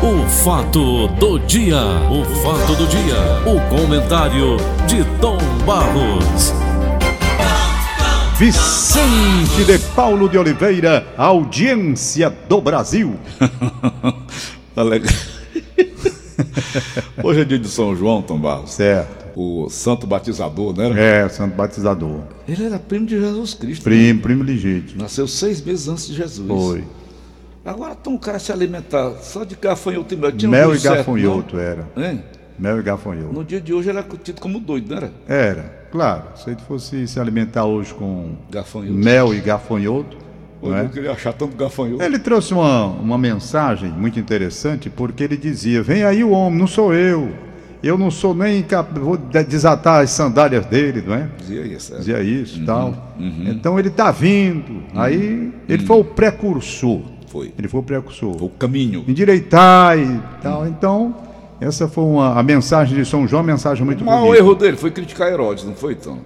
O fato do dia, o fato do dia, o comentário de Tom Barros. Vicente de Paulo de Oliveira, audiência do Brasil. Tá legal. Hoje é dia de São João, Tom Barros. É Certo. O santo batizador, né? É, santo batizador. Ele era primo de Jesus Cristo. Primo, primo legítimo. Nasceu seis meses antes de Jesus. Foi. Agora tem um cara se alimentar só de gafanhoto e mel. Tinha um Mel e bicho certo, gafanhoto não? era. Hein? Mel e No gafanhoto. dia de hoje era tido como doido, não era? Era, claro. Se ele fosse se alimentar hoje com Gafanhoto. mel e gafanhoto, Eu É. Né? não é? não queria achar tanto gafanhoto. Ele trouxe uma, uma mensagem muito interessante, porque ele dizia: Vem aí o homem, não sou eu. Eu não sou nem capaz. Vou de- desatar as sandálias dele, não é? Dizia isso. é. Dizia isso e tal. Então ele está vindo. Aí ele foi o precursor. Foi. Ele foi o precursor. O caminho. Endireitar e tal. Então, essa foi uma, a mensagem de São João, uma mensagem muito O maior bonita. erro dele foi criticar Herodes, não foi, Tom?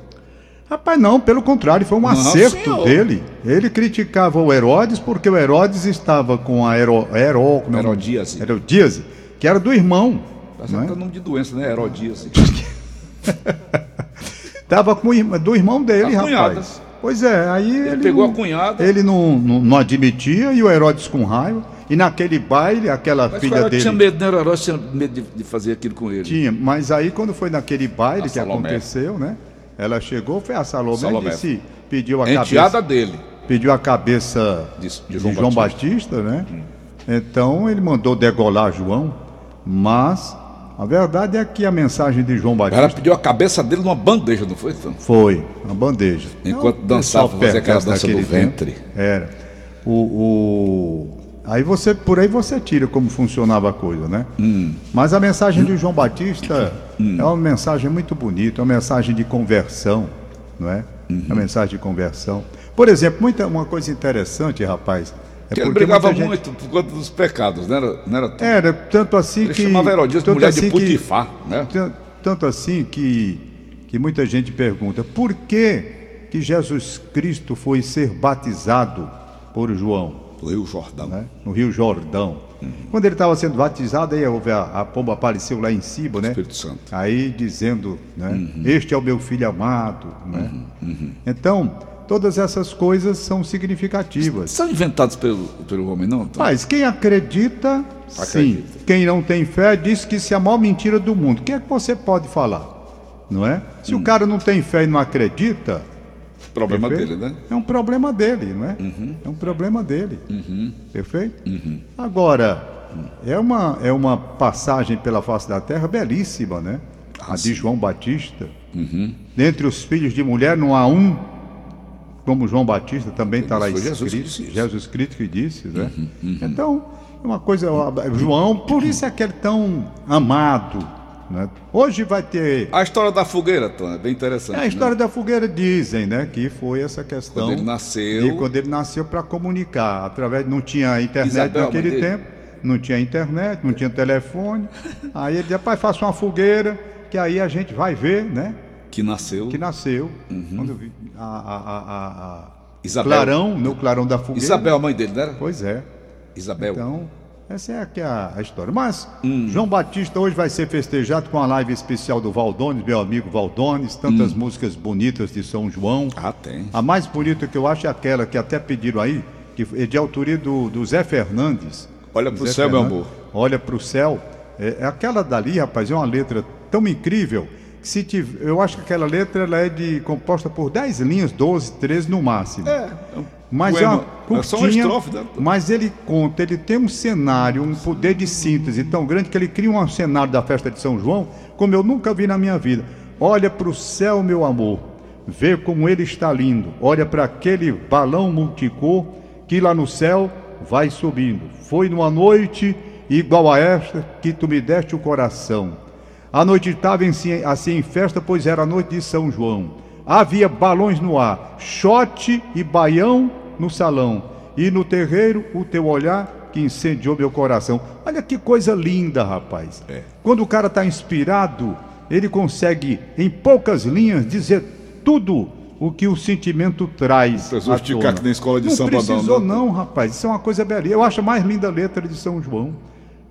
Rapaz, não, pelo contrário, foi um acerto senhor. dele. Ele criticava o Herodes porque o Herodes estava com a Hero, Hero, como é o nome? Herodíase. Herodíase, que era do irmão. Parece Estava até Tá nome de doença, né? Herodias. Tava com o irmão- do irmão dele, A Tá cunhada. rapaz. Pois é, aí ele, pegou não- a cunhada. Ele não, não, não admitia e o Herodes com raiva. E naquele baile, aquela Mas o filha cara dele. tinha medo, né? O Herodes tinha medo de, de fazer aquilo com ele. Tinha, mas aí quando foi naquele baile A que Salomé. aconteceu, né? Ela chegou, foi a Salomé, Salomé. disse, pediu a Enteada cabeça, dele. pediu a cabeça de, De- de João, João Batista, né? Então ele mandou degolar João, mas a verdade é que a mensagem de João Batista Ela pediu a cabeça dele numa bandeja, não foi, Tom? foi a bandeja. Enquanto Então, o pessoal dançava, fazia aquela perverso dança do daquele tempo, ventre. Era. O, o- Aí você, por aí você tira como funcionava a coisa, né? Hum. Mas a mensagem de João Batista é uma mensagem muito bonita, é uma mensagem de conversão, não é? Uhum. É uma mensagem de conversão. Por exemplo, muita, uma coisa interessante, rapaz, é Ele porque brigava muita gente- muito por conta dos pecados, não era, não era Tom? Era tanto assim Ele que chamava Herodias de tanto mulher de assim que- Putifar, né? Tan- Tanto assim que, que muita gente pergunta por que, que Jesus Cristo foi ser batizado por João, Do Rio Jordão. né, no Rio Jordão. Quando ele estava sendo batizado, aí houve a, a pomba apareceu lá em cima, né? Espírito Santo. Uhum. Aí dizendo, né? Este é o meu filho amado, né? Então, todas essas coisas são significativas. São inventados pelo, pelo homem, não, Tom? Mas quem acredita, sim. Então, Acredita. Quem não tem fé diz que isso é a maior mentira do mundo. O que é que você pode falar? Não é? Se o cara não tem fé e não acredita, Problema perfeito? dele, né? Uhum. É um problema dele, não é? É um problema dele. Perfeito? Agora, é uma, é uma passagem pela face da terra belíssima, né? Ah, A de João Batista. Uhum. Dentre os filhos de mulher não há um, como João Batista também está lá Foi escrito. Jesus Jesus que Cristo, disse isso. Uhum, que disse, né? Então, é uma coisa, João, por isso é que ele é tão amado. Né? Hoje vai ter A história da fogueira, Tom, é bem interessante. é, a história da fogueira dizem, né, que foi essa questão. Quando ele nasceu. E quando ele nasceu para comunicar, através não tinha internet Isabel, naquele mãe dele. tempo, não tinha internet, não tinha telefone. Aí ele disse, rapaz, faça uma fogueira, que aí a gente vai ver, né, né? Que nasceu. que nasceu. Quando vi a, a, a, a- a- Uhum. Isabel. clarão, no clarão da fogueira. Isabel, a mãe dele, não era? Pois é. Isabel. Então, essa é aqui a, a história. Mas Hum. João Batista hoje vai ser festejado com a live especial do Valdones, meu amigo Valdones, Hum. tantas músicas bonitas de São João. Ah, tem. A mais bonita que eu acho é aquela que até pediram aí, que é de autoria do, do Zé Fernandes. Olha Do pro Zé céu, meu Fernandes. amor. Olha pro céu. É, é aquela dali, rapaz, é uma letra tão incrível. que Se tiv- eu acho que aquela letra ela é de, composta por 10 linhas, 12, 13 no máximo. É. um Mas é, poema. uma É só uma curtinha, estrofe, né? mas ele conta, ele tem um cenário, um poder de síntese tão grande que ele cria um cenário da festa de São João como eu nunca vi na minha vida. Olha para o céu, meu amor, vê como ele está lindo. Olha para aquele balão multicor que lá no céu vai subindo. Foi numa noite igual a esta que tu me deste o coração. A noite estava em si- assim em festa, pois era a noite de São João. Havia balões no ar, shot e baião no salão. E no terreiro, o teu olhar que incendiou meu coração. Olha que coisa linda, rapaz. É. Quando o cara está inspirado, ele consegue, em poucas linhas, dizer tudo o que o sentimento traz. Não precisou à esticar tona. que nem escola de não samba, não, precisou, né? não, rapaz. Isso é uma coisa bela. Eu acho a mais linda a letra de São João.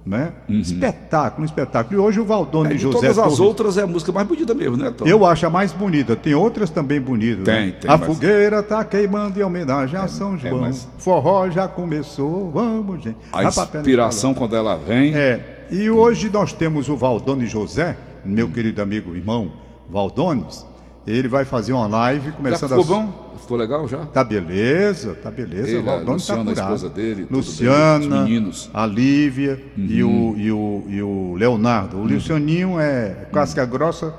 Né? Espetáculo, um espetáculo. E hoje o Valdone Uhum. É, de José. todas as Torres- outras é a música mais bonita mesmo, né, Tom? Eu acho a mais bonita. Tem outras também bonitas. Tem, né? tem A bastante. É, fogueira tá queimando em homenagem a São João. mas- Forró já começou. Vamos, gente. A Rapapé não inspiração Uhum. quando ela vem. é, e hoje nós temos o Valdone José, meu Uhum. querido amigo irmão Valdones. Ele vai fazer uma live já começando ficou às. bom? Ficou legal já? Tá beleza, tá beleza. Ele, o Valdone Luciana, tá a curado. esposa dele, tudo bem, Luciana, os meninos. Uhum. a Lívia e, o, e, o, e o Leonardo. O Lucianinho é casca Uhum. grossa.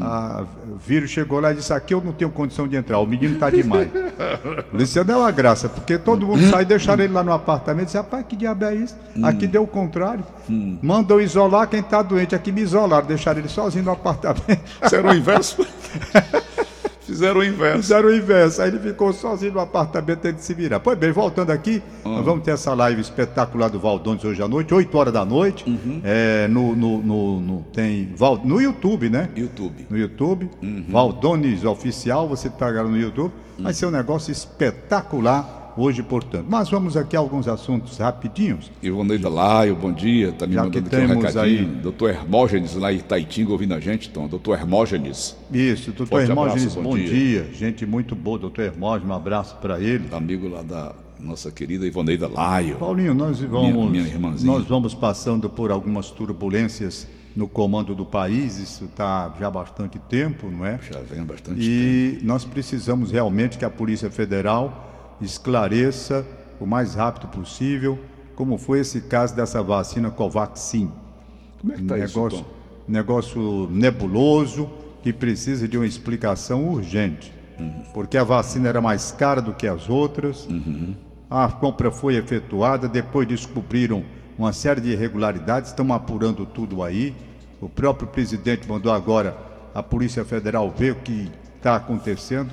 A vírus chegou lá e disse: Aqui eu não tenho condição de entrar, o menino tá demais. Luciano é uma graça, porque todo mundo sai e deixaram ele lá no apartamento. Disse, rapaz, que diabo é isso? Uhum. Aqui deu o contrário. Mandou isolar quem tá doente. Aqui me isolaram, deixaram ele sozinho no apartamento. Fizeram o inverso? Fizeram o inverso. Fizeram o inverso. Aí ele ficou sozinho no apartamento, tendo que se virar. Pois bem, voltando aqui, Ah. nós vamos ter essa live espetacular do Valdones hoje à noite, 8 horas da noite. Uhum. É, no, no, no, no- tem Val- no YouTube, né? YouTube. No YouTube. Uhum. Valdones Oficial, você tá agora no YouTube. Vai ser um negócio espetacular hoje, portanto. Mas vamos aqui a alguns assuntos rapidinhos. Ivoneida Laio, bom dia. Tá me Já mandando que aqui um temos recadinho. aí- Doutor Hermógenes lá em Itaitinga ouvindo a gente, Tom. Doutor Hermógenes, Isso, doutor Forte abraço, Hermógenes, bom bom, dia. Gente muito boa, doutor Hermógenes, um abraço para ele. amigo lá da nossa querida Ivoneida Laio. Paulinho, nós vamos, minha irmãzinha. nós vamos passando por algumas turbulências no comando do país, isso está já há bastante tempo, não é? Já vem há bastante E nós precisamos realmente que a Polícia Federal esclareça o mais rápido possível como foi esse caso dessa vacina Covaxin. tempo. Como é que tá negócio, isso, Tom? negócio nebuloso que precisa de uma explicação urgente. Uhum. Porque a vacina era mais cara do que as outras, Uhum. a compra foi efetuada, depois descobriram uma série de irregularidades, estão apurando tudo aí. O próprio presidente mandou agora a Polícia Federal ver o que está acontecendo,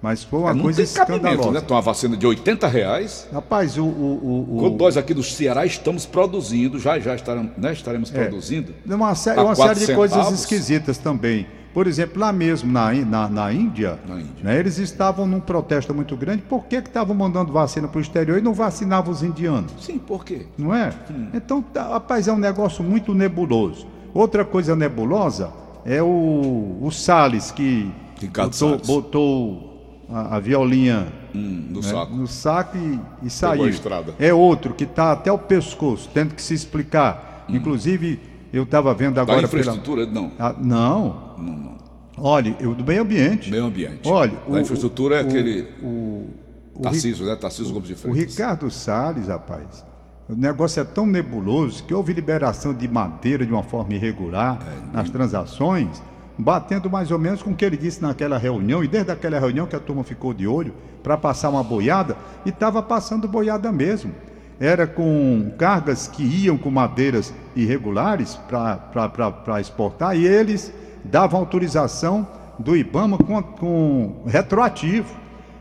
mas foi uma É, não coisa tem cabimento, escandalosa. né, Tom? A vacina de 80 reais. Rapaz, o. o- o- o- Quando nós aqui do Ceará estamos produzindo, já já estaremos, né, estaremos produzindo. É Uma, sé- A uma série Tá quatro de coisas centavos. esquisitas também. Por exemplo, lá mesmo na, In- na, na Índia, Na Índia. né, eles estavam num protesto muito grande. Por que que estavam mandando vacina para o exterior e não vacinavam os indianos? Sim, por quê? Não é? Então, tá- rapaz, é um negócio muito nebuloso. Outra coisa nebulosa é o, o Salles, que Ricardo botou, Salles. botou a, a violinha Hum, do né, saco. no saco e, e a saiu. estrada. É outro que está até o pescoço, tendo que se explicar. Inclusive, eu estava vendo Da agora. Hum. Tá infraestrutura, não. Pela... Ah, não. Não, não. Olha, eu do meio ambiente. Meio ambiente. Olha, da infraestrutura é aquele O, o, o, Ri- Tarcísio, né? Tarcísio Gomes de o Freitas. Ricardo Salles, rapaz, o negócio é tão nebuloso que houve liberação de madeira de uma forma irregular nas transações, batendo mais ou menos com o que ele disse naquela reunião, e desde aquela reunião que a turma ficou de olho para passar uma boiada, e estava passando boiada mesmo. Era com cargas que iam com madeiras irregulares para exportar, e eles davam autorização do Ibama com, com retroativo.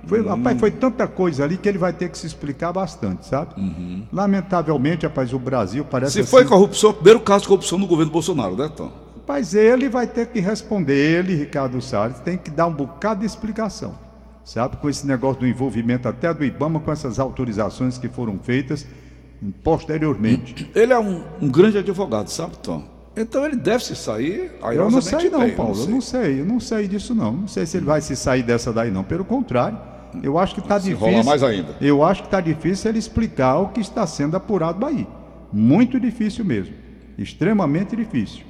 Foi, Uhum. Rapaz, foi tanta coisa ali que ele vai ter que se explicar bastante, sabe? Lamentavelmente, rapaz, o Brasil parece. Uhum. Se assim, foi corrupção, primeiro caso de corrupção no governo Bolsonaro, né, Tom? Rapaz, ele vai ter que responder. Ele, Ricardo Salles, tem que dar um bocado de explicação, sabe? Com esse negócio do envolvimento até do Ibama, com essas autorizações que foram feitas posteriormente. Ele é um, um grande advogado, sabe, Tom? Então ele deve se sair. Eu não sei, airosamente não, bem, eu Paulo. Eu não sei, eu não sei disso, não. Não sei se ele vai se sair dessa daí, não. Pelo contrário, eu acho que está Se difícil. enrolar mais ainda. Eu acho que está difícil ele explicar o que está sendo apurado aí. Muito difícil mesmo. Extremamente difícil.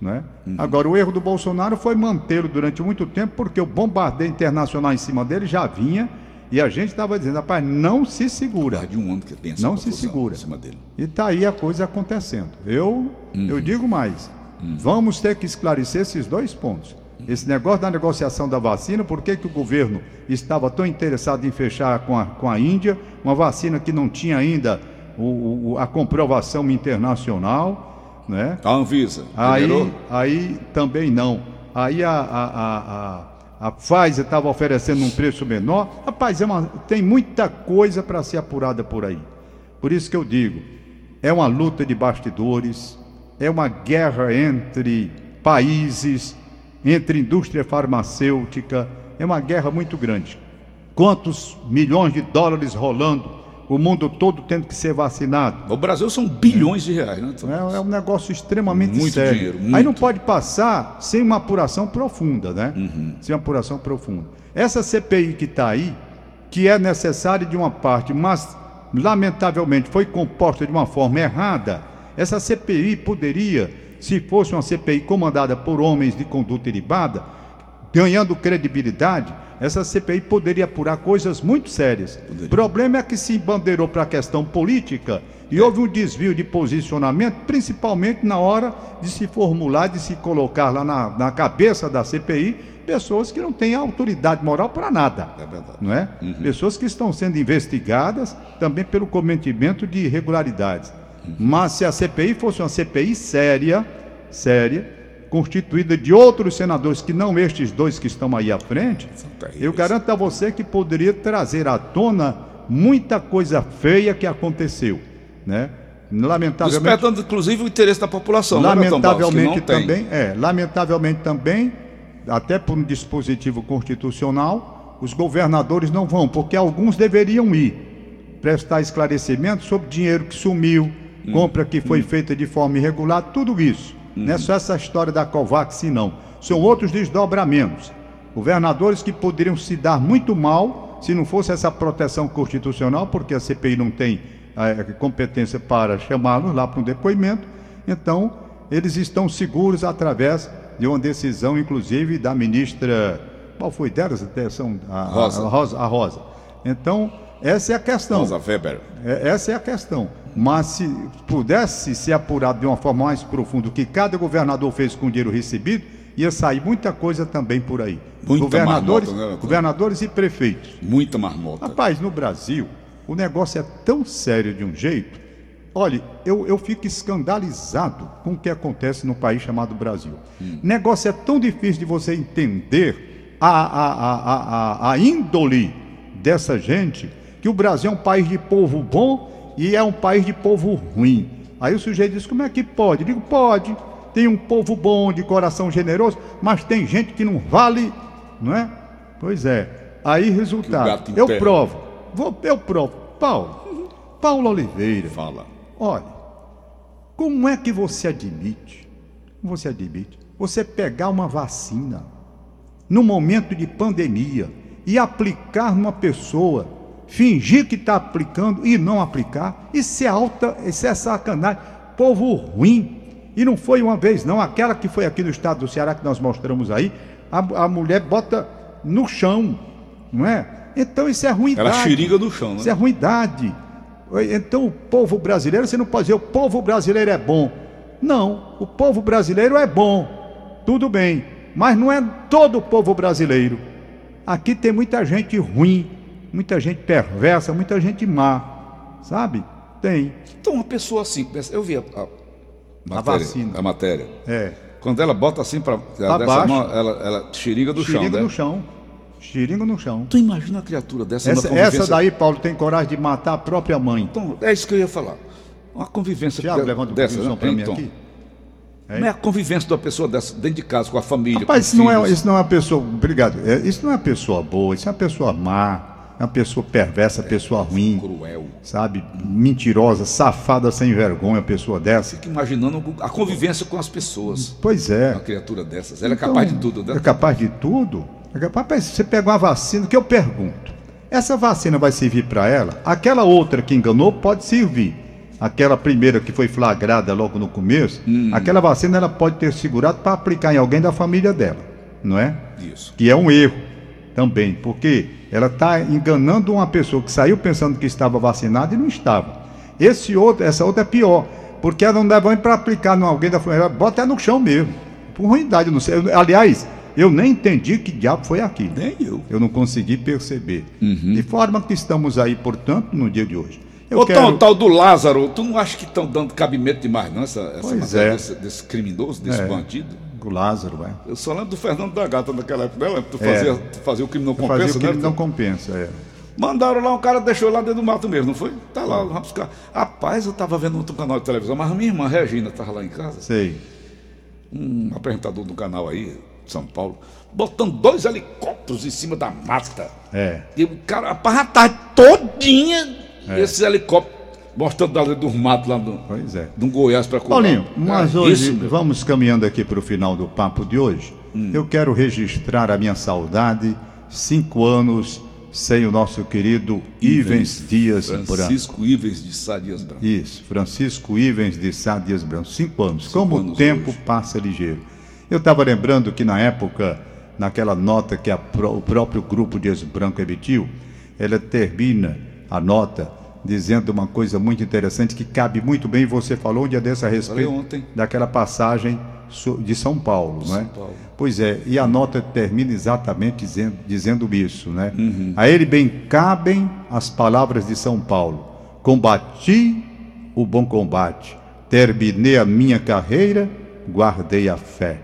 Né? Uhum. Agora, o erro do Bolsonaro foi mantê-lo durante muito tempo, porque o bombardeio internacional em cima dele já vinha e a gente estava dizendo, rapaz, não se segura. Já de um ano que ele tem essa Não se confusão segura. Em cima dele. E está aí a coisa acontecendo. Eu, eu digo mais. Vamos ter que esclarecer esses dois pontos. Esse negócio da negociação da vacina, por que, que o governo estava tão interessado em fechar com a, com a Índia, uma vacina que não tinha ainda o- o- o- a comprovação internacional, né? A Anvisa. Aí, liberou? aí também não. Aí a, a, a, a, a Pfizer estava oferecendo um preço menor. Rapaz, é uma- tem muita coisa para ser apurada por aí. Por isso que eu digo, é uma luta de bastidores, é uma guerra entre países, entre indústria farmacêutica, é uma guerra muito grande. Quantos milhões de dólares rolando o mundo todo tendo que ser vacinado. O Brasil são bilhões de reais, né? Ah. É, é um negócio extremamente Muito sério. dinheiro, muito. Aí não pode passar sem uma apuração profunda, né? Uhum. Sem uma apuração profunda. Essa CPI que está aí, que é necessária de uma parte, mas lamentavelmente foi composta de uma forma errada, essa CPI poderia, se fosse uma CPI comandada por homens de conduta ilibada, ganhando credibilidade, essa CPI poderia apurar coisas muito sérias. Poderia. O problema é que se embandeirou para a questão política e É. houve um desvio de posicionamento, principalmente na hora de se formular, de se colocar lá na, na cabeça da CPI pessoas que não têm autoridade moral para nada. É verdade. Não é? Pessoas que estão sendo investigadas também pelo cometimento de irregularidades. Mas se a CPI fosse uma CPI séria, séria, constituída de outros senadores que não estes dois que estão aí à frente, terríveis. eu garanto a você que poderia trazer à tona muita coisa feia que aconteceu, né? Lamentavelmente, Despertando, inclusive, o interesse da população. né, Nelson Barros, que lamentavelmente não tem. também, é, lamentavelmente também, até por um dispositivo constitucional, os governadores não vão, porque alguns deveriam ir prestar esclarecimento sobre dinheiro que sumiu, Hum. compra que foi feita de forma irregular, tudo isso. Não é Hum. só essa história da Covax, não. São outros desdobramentos. Governadores que poderiam se dar muito mal se não fosse essa proteção constitucional, porque a CPI não tem eh, competência para chamá-los lá para um depoimento. Então, eles estão seguros através de uma decisão, inclusive, da ministra. Qual foi delas? Até São, a, a- Rosa. a Rosa. a Rosa. Então, essa é a questão. Rosa Weber. É, essa é a questão. Mas se pudesse ser apurado de uma forma mais profunda o que cada governador fez com o dinheiro recebido, ia sair muita coisa também por aí. Muita governadores, marmota, né, governadores e prefeitos. Muita marmota. Rapaz, no Brasil, o negócio é tão sério de um jeito. Olha, eu, eu fico escandalizado com o que acontece num país chamado Brasil. Negócio é tão difícil de você entender a, a, a, a, a, a índole dessa gente que o Brasil é um país de povo bom e é um país de povo ruim. Aí o sujeito diz: como é que pode? Eu digo: pode. Tem um povo bom, de coração generoso, mas tem gente que não vale, não é? Pois é. Aí gato resultado. Eu enterra. provo provo. Vou, eu provo. Paulo. Paulo Oliveira. Fala. Olha, como é que você admite? Como você admite? Você pegar uma vacina no momento de pandemia e aplicar numa pessoa, fingir que está aplicando e não aplicar, isso é alta, isso é sacanagem, povo ruim. E não foi uma vez, não, aquela que foi aqui no estado do Ceará que nós mostramos aí, a, a mulher bota no chão, não é? Então isso é ruindade. Era a xeringa do chão, né? Isso é ruindade. Então o povo brasileiro, você não pode dizer o povo brasileiro é bom. Não, o povo brasileiro é bom, tudo bem, mas não é todo o povo brasileiro. Aqui tem muita gente ruim, muita gente perversa, muita gente má, sabe? Tem, Então, uma pessoa assim, pensa- eu vi a, a matéria, vacina. a matéria. é. Quando ela bota assim para baixo. ela, ela xeringa do Xiringa chão, no né? chão, xiringa no chão. Tu imagina uma criatura dessa Essa, na essa convivência- daí, Paulo, tem coragem de matar a própria mãe. Então, é isso que eu ia falar. Uma convivência Tiago, de- levanta um o dessa, Wilson né? para mim Então, aqui. Não é a convivência de uma pessoa dessa dentro de casa, com a família. Rapaz, com isso não, é, filhos. isso não é uma pessoa. Obrigado. É, isso não é uma pessoa boa, isso é uma pessoa má, é uma pessoa perversa, pessoa ruim, cruel. sabe? Mentirosa, safada, sem vergonha, uma pessoa dessa. Fico imaginando a convivência com as pessoas. Pois Uma é. criatura dessas. Ela é capaz Então, de tudo, né? É capaz de tudo? É capaz, rapaz, se você pegar uma vacina, que eu pergunto. Essa vacina vai servir para ela? Aquela outra que enganou pode servir. Aquela primeira que foi flagrada logo no começo, Hum. aquela vacina ela pode ter segurado para aplicar em alguém da família dela, não é? Isso. que é um erro também, porque ela está enganando uma pessoa que saiu pensando que estava vacinada e não estava. Esse outro, essa outra é pior, porque ela não dá banho para aplicar em alguém da família, ela bota ela no chão mesmo. Por ruindade, eu não sei. Eu- Aliás, eu nem entendi que diabo foi aqui. Nem eu. Uhum. Eu não consegui perceber. De forma que estamos aí, portanto, no dia de hoje. Eu Ô, quero- tal, tal do Lázaro, tu não acha que estão dando cabimento demais, não? Essa, essa Pois matéria é. desse, desse criminoso, desse bandido? O Lázaro, é. Eu só lembro do Fernando da Gata naquela época, né? Tu É. fazia, tu fazia o crime não compensa, Fazer o que né? ele não compensa, é. Mandaram lá, um cara deixou lá dentro do mato mesmo, não foi? Tá lá, vamos buscar. Rapaz, eu tava vendo outro canal de televisão, mas a minha irmã Regina tava lá em casa, Sei. um apresentador do canal aí, de São Paulo, botando dois helicópteros em cima da mata. É. E o cara, rapaz, a tarde todinha E esses helicópteros mostrando lá dentro dos matos lá do, Pois é. do Goiás para Cuba. Paulinho, mas Cara, hoje É isso, Hum. meu. vamos caminhando aqui para o final do papo de hoje. Eu quero registrar a minha saudade, cinco anos sem o nosso querido Ivens Dias Branco. Francisco Ives de Sá Dias Branco. Isso, Francisco Ivens de Sá Dias Branco. Cinco anos. Como o anos tempo hoje. passa ligeiro. Eu estava lembrando que na época, naquela nota que a pró- o próprio grupo Dias Branco emitiu, ela termina a nota dizendo uma coisa muito interessante que cabe muito bem. Você falou um dia dessa a respeito ontem. daquela passagem so- de São Paulo, não é? Paulo. Pois é, e a nota termina exatamente dizendo, dizendo isso, né? A ele bem cabem as palavras de São Paulo. Combati o bom combate, terminei a minha carreira, guardei a fé.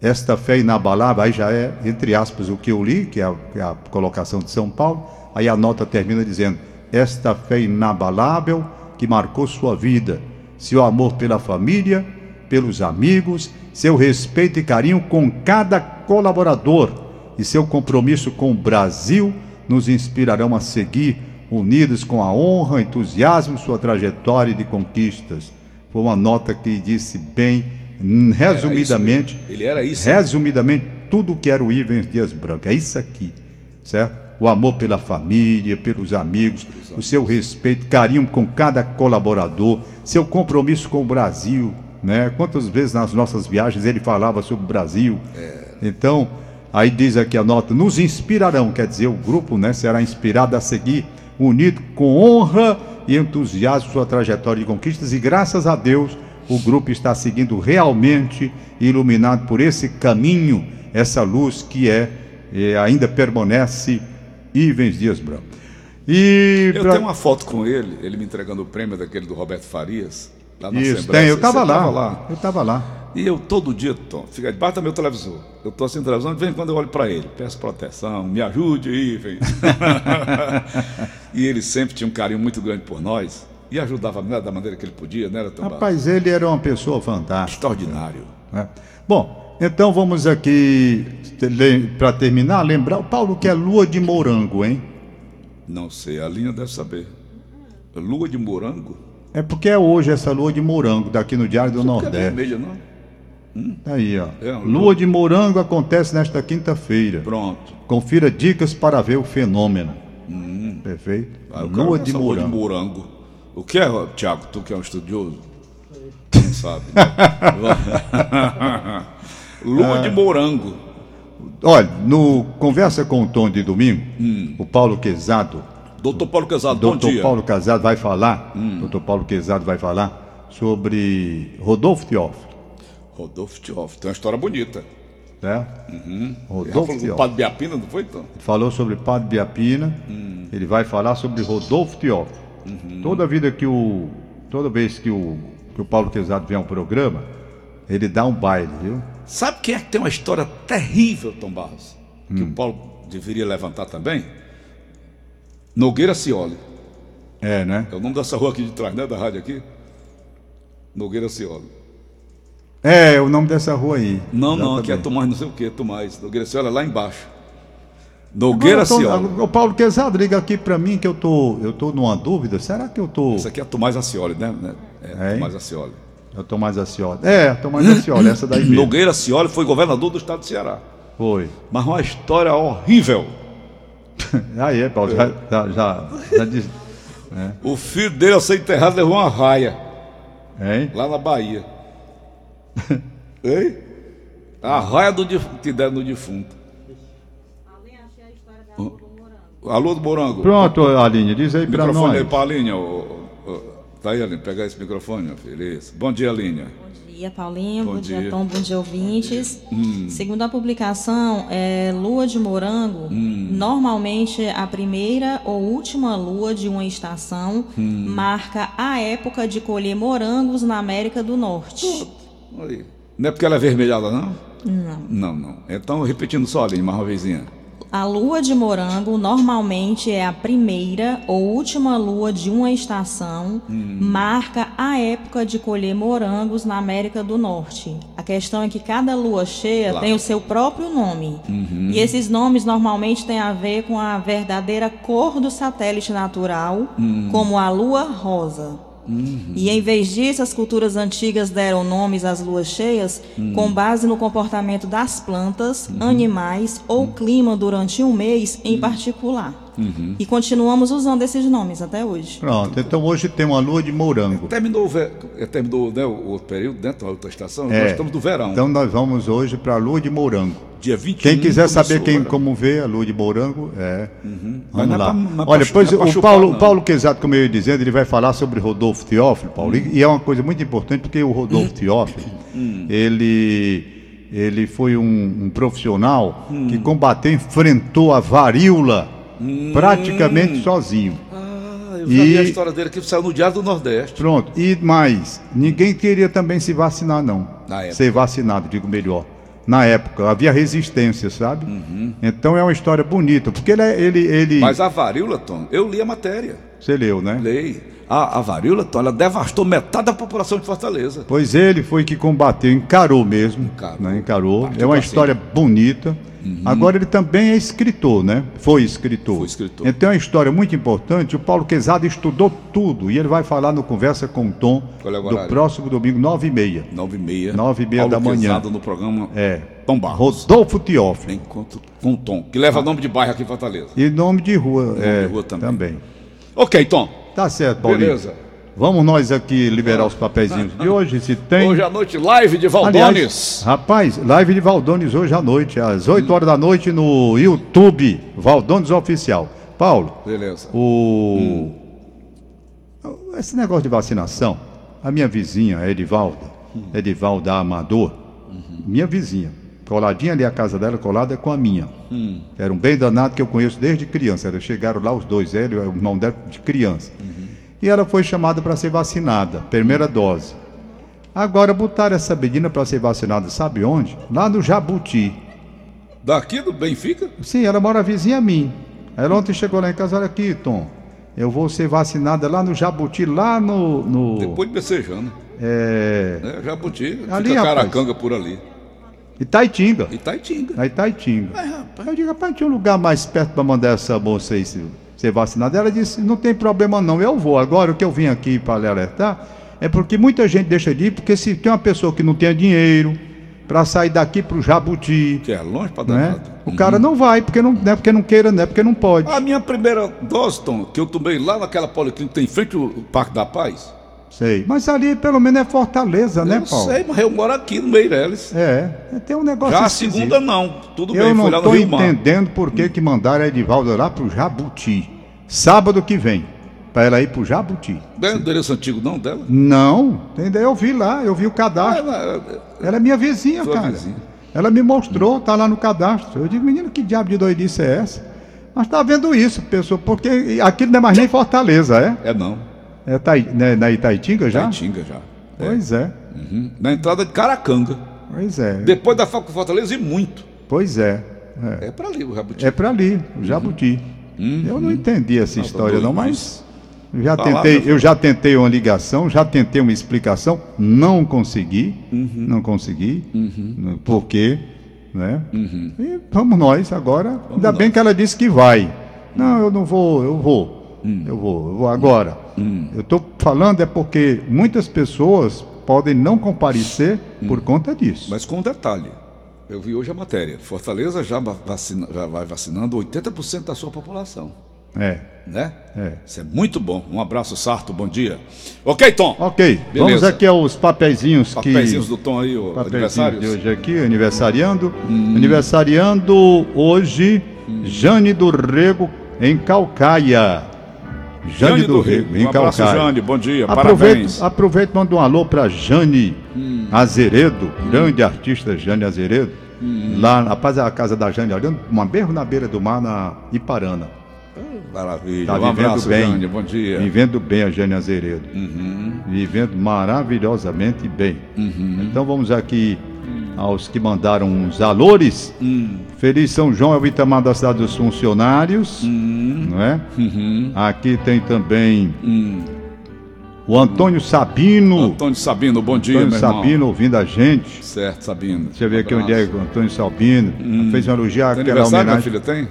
Esta fé inabalável, aí já é, entre aspas, o que eu li, que é a, que é a colocação de São Paulo, aí a nota termina dizendo: Esta fé inabalável que marcou sua vida, seu amor pela família, pelos amigos, seu respeito e carinho com cada colaborador e seu compromisso com o Brasil nos inspirarão a seguir, unidos com a honra, entusiasmo, sua trajetória de conquistas. Foi uma nota que disse bem, hum, resumidamente, mesmo. Ele era isso. Resumidamente, tudo que era o Ivens Dias Branco. É isso aqui, certo? O amor pela família, pelos amigos, o seu respeito, carinho com cada colaborador, seu compromisso com o Brasil, né? Quantas vezes nas nossas viagens ele falava sobre o Brasil. Então, aí diz aqui a nota, nos inspirarão, quer dizer, o grupo né, será inspirado a seguir, unido com honra e entusiasmo sua trajetória de conquistas e graças a Deus o grupo está seguindo realmente iluminado por esse caminho, essa luz que é, eh, ainda permanece Ivens Dias Branco. E Eu pra- tenho uma foto com ele, ele me entregando o prêmio daquele do Roberto Farias. Lá na Isso, Assembleia. tem, eu Você estava lá, tava lá. eu estava lá. E eu todo dia, Tom, fica debaixo do meu televisor. Eu tô sem televisão, de vez em quando eu olho para ele, peço proteção, me ajude aí, vem. e ele sempre tinha um carinho muito grande por nós e ajudava né, da maneira que ele podia, né, era tão Rapaz, ele era uma pessoa fantástica. extraordinário. né? Bom, então vamos aqui, para terminar, lembrar o Paulo que é lua de morango, hein? Não sei, a linha deve saber. Lua de morango? É porque é hoje essa lua de morango, daqui no Diário do Não é Nordeste. vermelha, não? Tá Aí, ó. É uma lua. Lua de morango acontece nesta quinta-feira. Pronto. Confira dicas para ver o fenômeno. Perfeito? Ah, eu quero lua ver de essa lua morango. morango. O que é, Tiago? Tu que é um estudioso? Não sabe. né? lua de morango. Olha, no Conversa com o Tom de domingo, o Paulo Quezado, Doutor Paulo Casado, Hum. bom Dr. dia. Hum. Paulo Quezado vai falar, Dr. Paulo Quezado vai falar sobre Rodolfo Teófilo. Rodolfo Tioff, tem uma história bonita. Né? Já Uhum. falou Rodolfo do Teófilo. padre Biapina, não foi, então? falou sobre Padre Biapina, Hum. ele vai falar sobre Rodolfo Teófilo. Uhum. Toda vida que o. Toda vez que o, que o Paulo Quezado vem ao um programa, ele dá um baile, viu? Sabe quem é que tem uma história terrível, Tom Barros? Que o Paulo deveria levantar também? Nogueira Cioli. É, né? É o nome dessa rua aqui de trás, né? Da rádio aqui? Nogueira Cioli. É, o nome dessa rua aí. Não, não, aqui é Exatamente. Tomás, não sei o que, Tomás. Nogueira Cioli é lá embaixo. Nogueira Agora, eu tô- Cioli. O Paulo Quezado liga aqui pra mim que eu tô, eu tô numa dúvida. Será que eu tô. Isso aqui é Tomás Acioli, né? né? É, É, Tomás Acioli. Eu tô mais aciosa. É, tô mais aciosa, essa daí mesmo. Nogueira Cioli foi governador do estado do Ceará. Foi. Mas uma história horrível. Aí é, Paulo, já, já, já, já diz. O filho dele, ao ser enterrado, levou uma raia Hein? lá na Bahia. Ei? A raia do dif- que deram no defunto. Além achei a história da Hum? Lula Morango. Alô do Morango. Pronto, Aline, diz aí pra microfone aí nós. pra Aline. ô, ô, ô. Tá aí, Aline, pega esse microfone, meu filho. Isso. Bom dia, Aline. Bom dia, Paulinho. Bom Bom, dia. dia. Hum. Tom. Bom dia, ouvintes. Segundo a publicação, é, lua de morango, Hum. normalmente a primeira ou última lua de uma estação Hum. marca a época de colher morangos na América do Hum. Norte. Olha aí. Não é porque ela é vermelhada, não? Não. Não, não. Então, repetindo só, Aline, mais uma vezinha. A lua de morango normalmente é a primeira ou última lua de uma estação, marca a época de colher morangos na América do Norte. A questão é que cada lua cheia Claro. tem o seu próprio nome. E esses nomes normalmente têm a ver com a verdadeira cor do satélite natural, como a lua rosa. E em vez disso, as culturas antigas deram nomes às luas cheias com base no comportamento das plantas, animais ou clima durante um mês em particular. E continuamos usando esses nomes até hoje. Pronto, então hoje tem uma lua de morango. Terminou, o ver- eh, terminou né, o outro período, né, a outra estação, É. nós estamos no verão. Então nós vamos hoje para a lua de morango. dia 21. Quem quiser começou, saber quem, olha. como vê a lua de morango, é. Mas Vamos não é lá. pra- não é pra Olha, chu- pois não é pra o chupar, Paulo, não. Paulo Quezado, como eu ia dizendo, ele vai falar sobre Rodolfo Teófilo, Paulo, e- e é uma coisa muito importante porque o Rodolfo Teófilo, Hum. ele ele foi um, um profissional Hum. que combateu, enfrentou a varíola praticamente sozinho. Ah, eu já vi a E- história dele aqui, saiu no Diário do Nordeste. Pronto, e mais, ninguém queria também se vacinar, não. Na época. Ser vacinado, digo melhor. Na época, havia resistência, sabe? Então é uma história bonita, porque ele. é- ele, ele Uhum. Mas a varíola, Tom, eu li a matéria. Você leu, né? Lei. A, a varíola, Tom, ela devastou metade da população de Fortaleza. Pois ele foi que combateu, encarou mesmo. Encarou. Encarou. Né? encarou. Partiu É uma pra história bonita. Agora ele também é escritor, né? Foi escritor. Foi escritor. Então é uma história muito importante. O Paulo Quezada estudou tudo e ele vai falar no Conversa com o Tom Qual é o do horário? próximo domingo, nove e meia. Nove e meia. Nove e meia Paulo da manhã. Quezada no programa É. Tom Barros. Rodolfo Teófilo. Encontro com o Tom, que Ah. leva nome de bairro aqui em Fortaleza. E nome de rua. é, de rua também. também. Ok, Tom. Tá certo, Paulinho. Beleza. Vamos nós aqui liberar os papeizinhos de hoje, se tem. Hoje à noite, live de Aliás, Valdones. Hum. rapaz, live de Valdones hoje à noite, às 8 horas da noite no YouTube, Valdones Oficial. Paulo, Beleza. o... Hum. Esse negócio de vacinação, a minha vizinha, a Edivalda, Edivalda Amador, minha vizinha, coladinha ali a casa dela, colada com a minha. Era um bem danado que eu conheço desde criança. Eles chegaram lá, os dois, ele e o irmão dela, de criança. E ela foi chamada para ser vacinada, primeira dose. Agora botaram essa menina para ser vacinada, sabe onde? Lá no Jabuti. Daqui do Benfica? Sim, ela mora vizinha a mim. Ela ontem chegou lá em casa, olha aqui, Tom. Eu vou ser vacinada lá no Jabuti, lá no. no- Depois de Becejano. é, Né? Jabuti, Ali, fica rapaz. Caracanga por ali. Itaitinga. Itaitinga. Na Itaitinga. Mas, rapaz, Eu digo, rapaz, tinha um lugar mais perto para mandar essa moça aí se- ser vacinada. Ela disse, não tem problema não, eu vou. Agora o que eu vim aqui para lhe alertar é porque muita gente deixa de ir, porque se tem uma pessoa que não tem dinheiro para sair daqui para o Jabuti, que é longe pra dar né? O cara não vai, porque não, não é porque não queira, não é porque não pode. A minha primeira dose, Tom, que eu tomei lá naquela policlínica que tem em frente ao Parque da Paz. Sei. Mas ali pelo menos é Fortaleza, né, eu Paulo? sei, mas eu moro aqui no Meireles. É, tem um negócio Já a esquisito. segunda não. Tudo Eu bem, não foi lá no estou Rio Mar. entendendo por que, que mandaram a Edivalda lá pro Jabuti. Sábado que vem, para ela ir pro Jabuti. Não é o endereço antigo não dela? Não, entendeu? Eu vi lá, eu vi o cadastro. Ela- Ela é minha vizinha, Sua cara. vizinha. Ela me mostrou, tá lá no cadastro. Eu digo, menino, que diabo de doidice é essa? Mas tá vendo isso, pessoa, porque aquilo não é mais nem Fortaleza, é? É não. É Tai- né, na Itaitinga já? Itaitinga já. Pois é, Uhum. Na entrada de Caracanga. pois é, Depois da Faculdade Fortaleza e muito. pois é. é. É pra ali o Jabuti. É para ali, o Jabuti. Eu não entendi essa Uhum. tá história doido, tá não, mas eu já Palavra- tentei, eu já tentei uma ligação, já tentei uma explicação, não consegui, Uhum. não consegui. né, Por quê, né? Uhum. E vamos nós agora. Ainda bem que ela disse que vai. Uhum. Não, eu não vou, eu vou. Eu vou, eu vou agora. Uhum. Eu estou falando é porque muitas pessoas podem não comparecer por conta disso. Uhum. Mas com um detalhe. Eu vi hoje a matéria. Fortaleza já, va- vacina- já vai vacinando 80% da sua população. É. Né? É. Isso é muito bom. Um abraço, Sarto. Bom dia. Ok, Tom. Ok, vamos Beleza. aqui aos papeizinhos que Papeizinhos do Tom aí, o Aniversário adversário. de hoje aqui, aniversariando. Hum. Aniversariando hoje, Jane do Rego, em Calcaia. Jane, do, Rego, em Um abraço, Calcaia. Jane. Bom dia. Aproveito, Parabéns. Hum. aproveito e mando um alô para Jane Azeredo, grande artista Jane Azeredo. Hum. Lá, rapaz, a casa da Jane, olhando um berro na beira do mar, na Iparana. Maravilha. Tá um vivendo abraço, bem. Jane. Bom dia. Vivendo bem a Jane Uhum. Azeredo. Vivendo maravilhosamente bem. Então vamos aqui aos que mandaram uns alores. Hum. Feliz São João é o Itamar da Cidade dos Funcionários, Hum. não é? Uhum. Aqui tem também o Antônio Sabino. Antônio Sabino, bom dia, Antônio meu irmão. Sabino ouvindo a gente. Certo, Sabino. Deixa eu ver aqui Um onde é abraço. Hum. o Antônio Sabino. Fez um elogio Tem àquela aniversário, minha homenagem. filha, tem?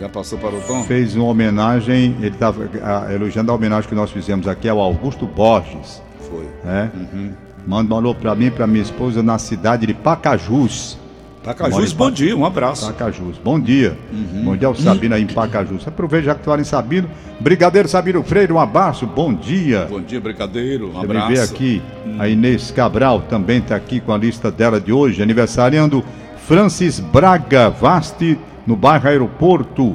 Já passou para o tom? Fez uma homenagem, ele estava elogiando a homenagem que nós fizemos aqui ao Augusto Borges. Foi. né? Manda um alô para mim e para minha esposa na cidade de Pacajus. Pacajus, bom dia, um abraço. Pacajus. Bom dia. Bom dia ao Sabino aí em Pacajus. Aproveita já que tu tá em Sabino. Brigadeiro Sabino Freire, um abraço. Bom dia. Bom dia, brincadeiro, um Deixa eu me abraço. ver aqui. A Inês Cabral também está aqui com a lista dela de hoje, aniversariando Francis Braga Vasti, no bairro Aeroporto.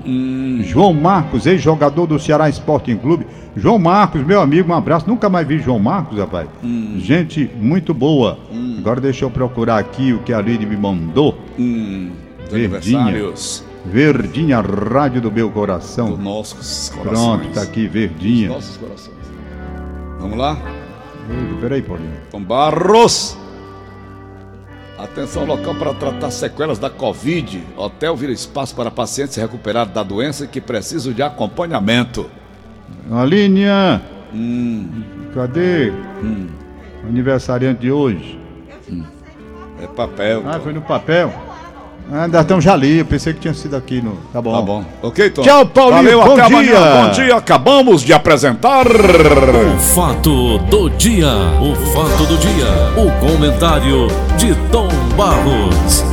João Marcos, ex-jogador do Ceará Sporting Clube. João Marcos, meu amigo, um abraço. Nunca mais vi João Marcos, rapaz. Gente muito boa. Agora deixa eu procurar aqui o que a Lide me mandou. Hum, os Verdinha. aniversários Verdinha, rádio do meu dos coração. nossos corações. Pronto, tá aqui, Dos Verdinha. Nossos corações. Vamos lá? Peraí, Paulinho. Tom Barros. Atenção local para tratar sequelas da Covid. Hotel vira espaço para pacientes recuperados da doença e que precisam de acompanhamento. Alinha! Cadê? Aniversariante de hoje. É papel. Ah, Tom. foi no papel. Ah, ainda estão já ali. Eu pensei que tinha sido aqui no. Tá bom. Tá bom. Ok, Tom. Tchau, Paulinho, Valeu, bom dia. até amanhã. Bom dia. Acabamos de apresentar. O fato do dia, o fato do dia, o comentário de Tom Barros.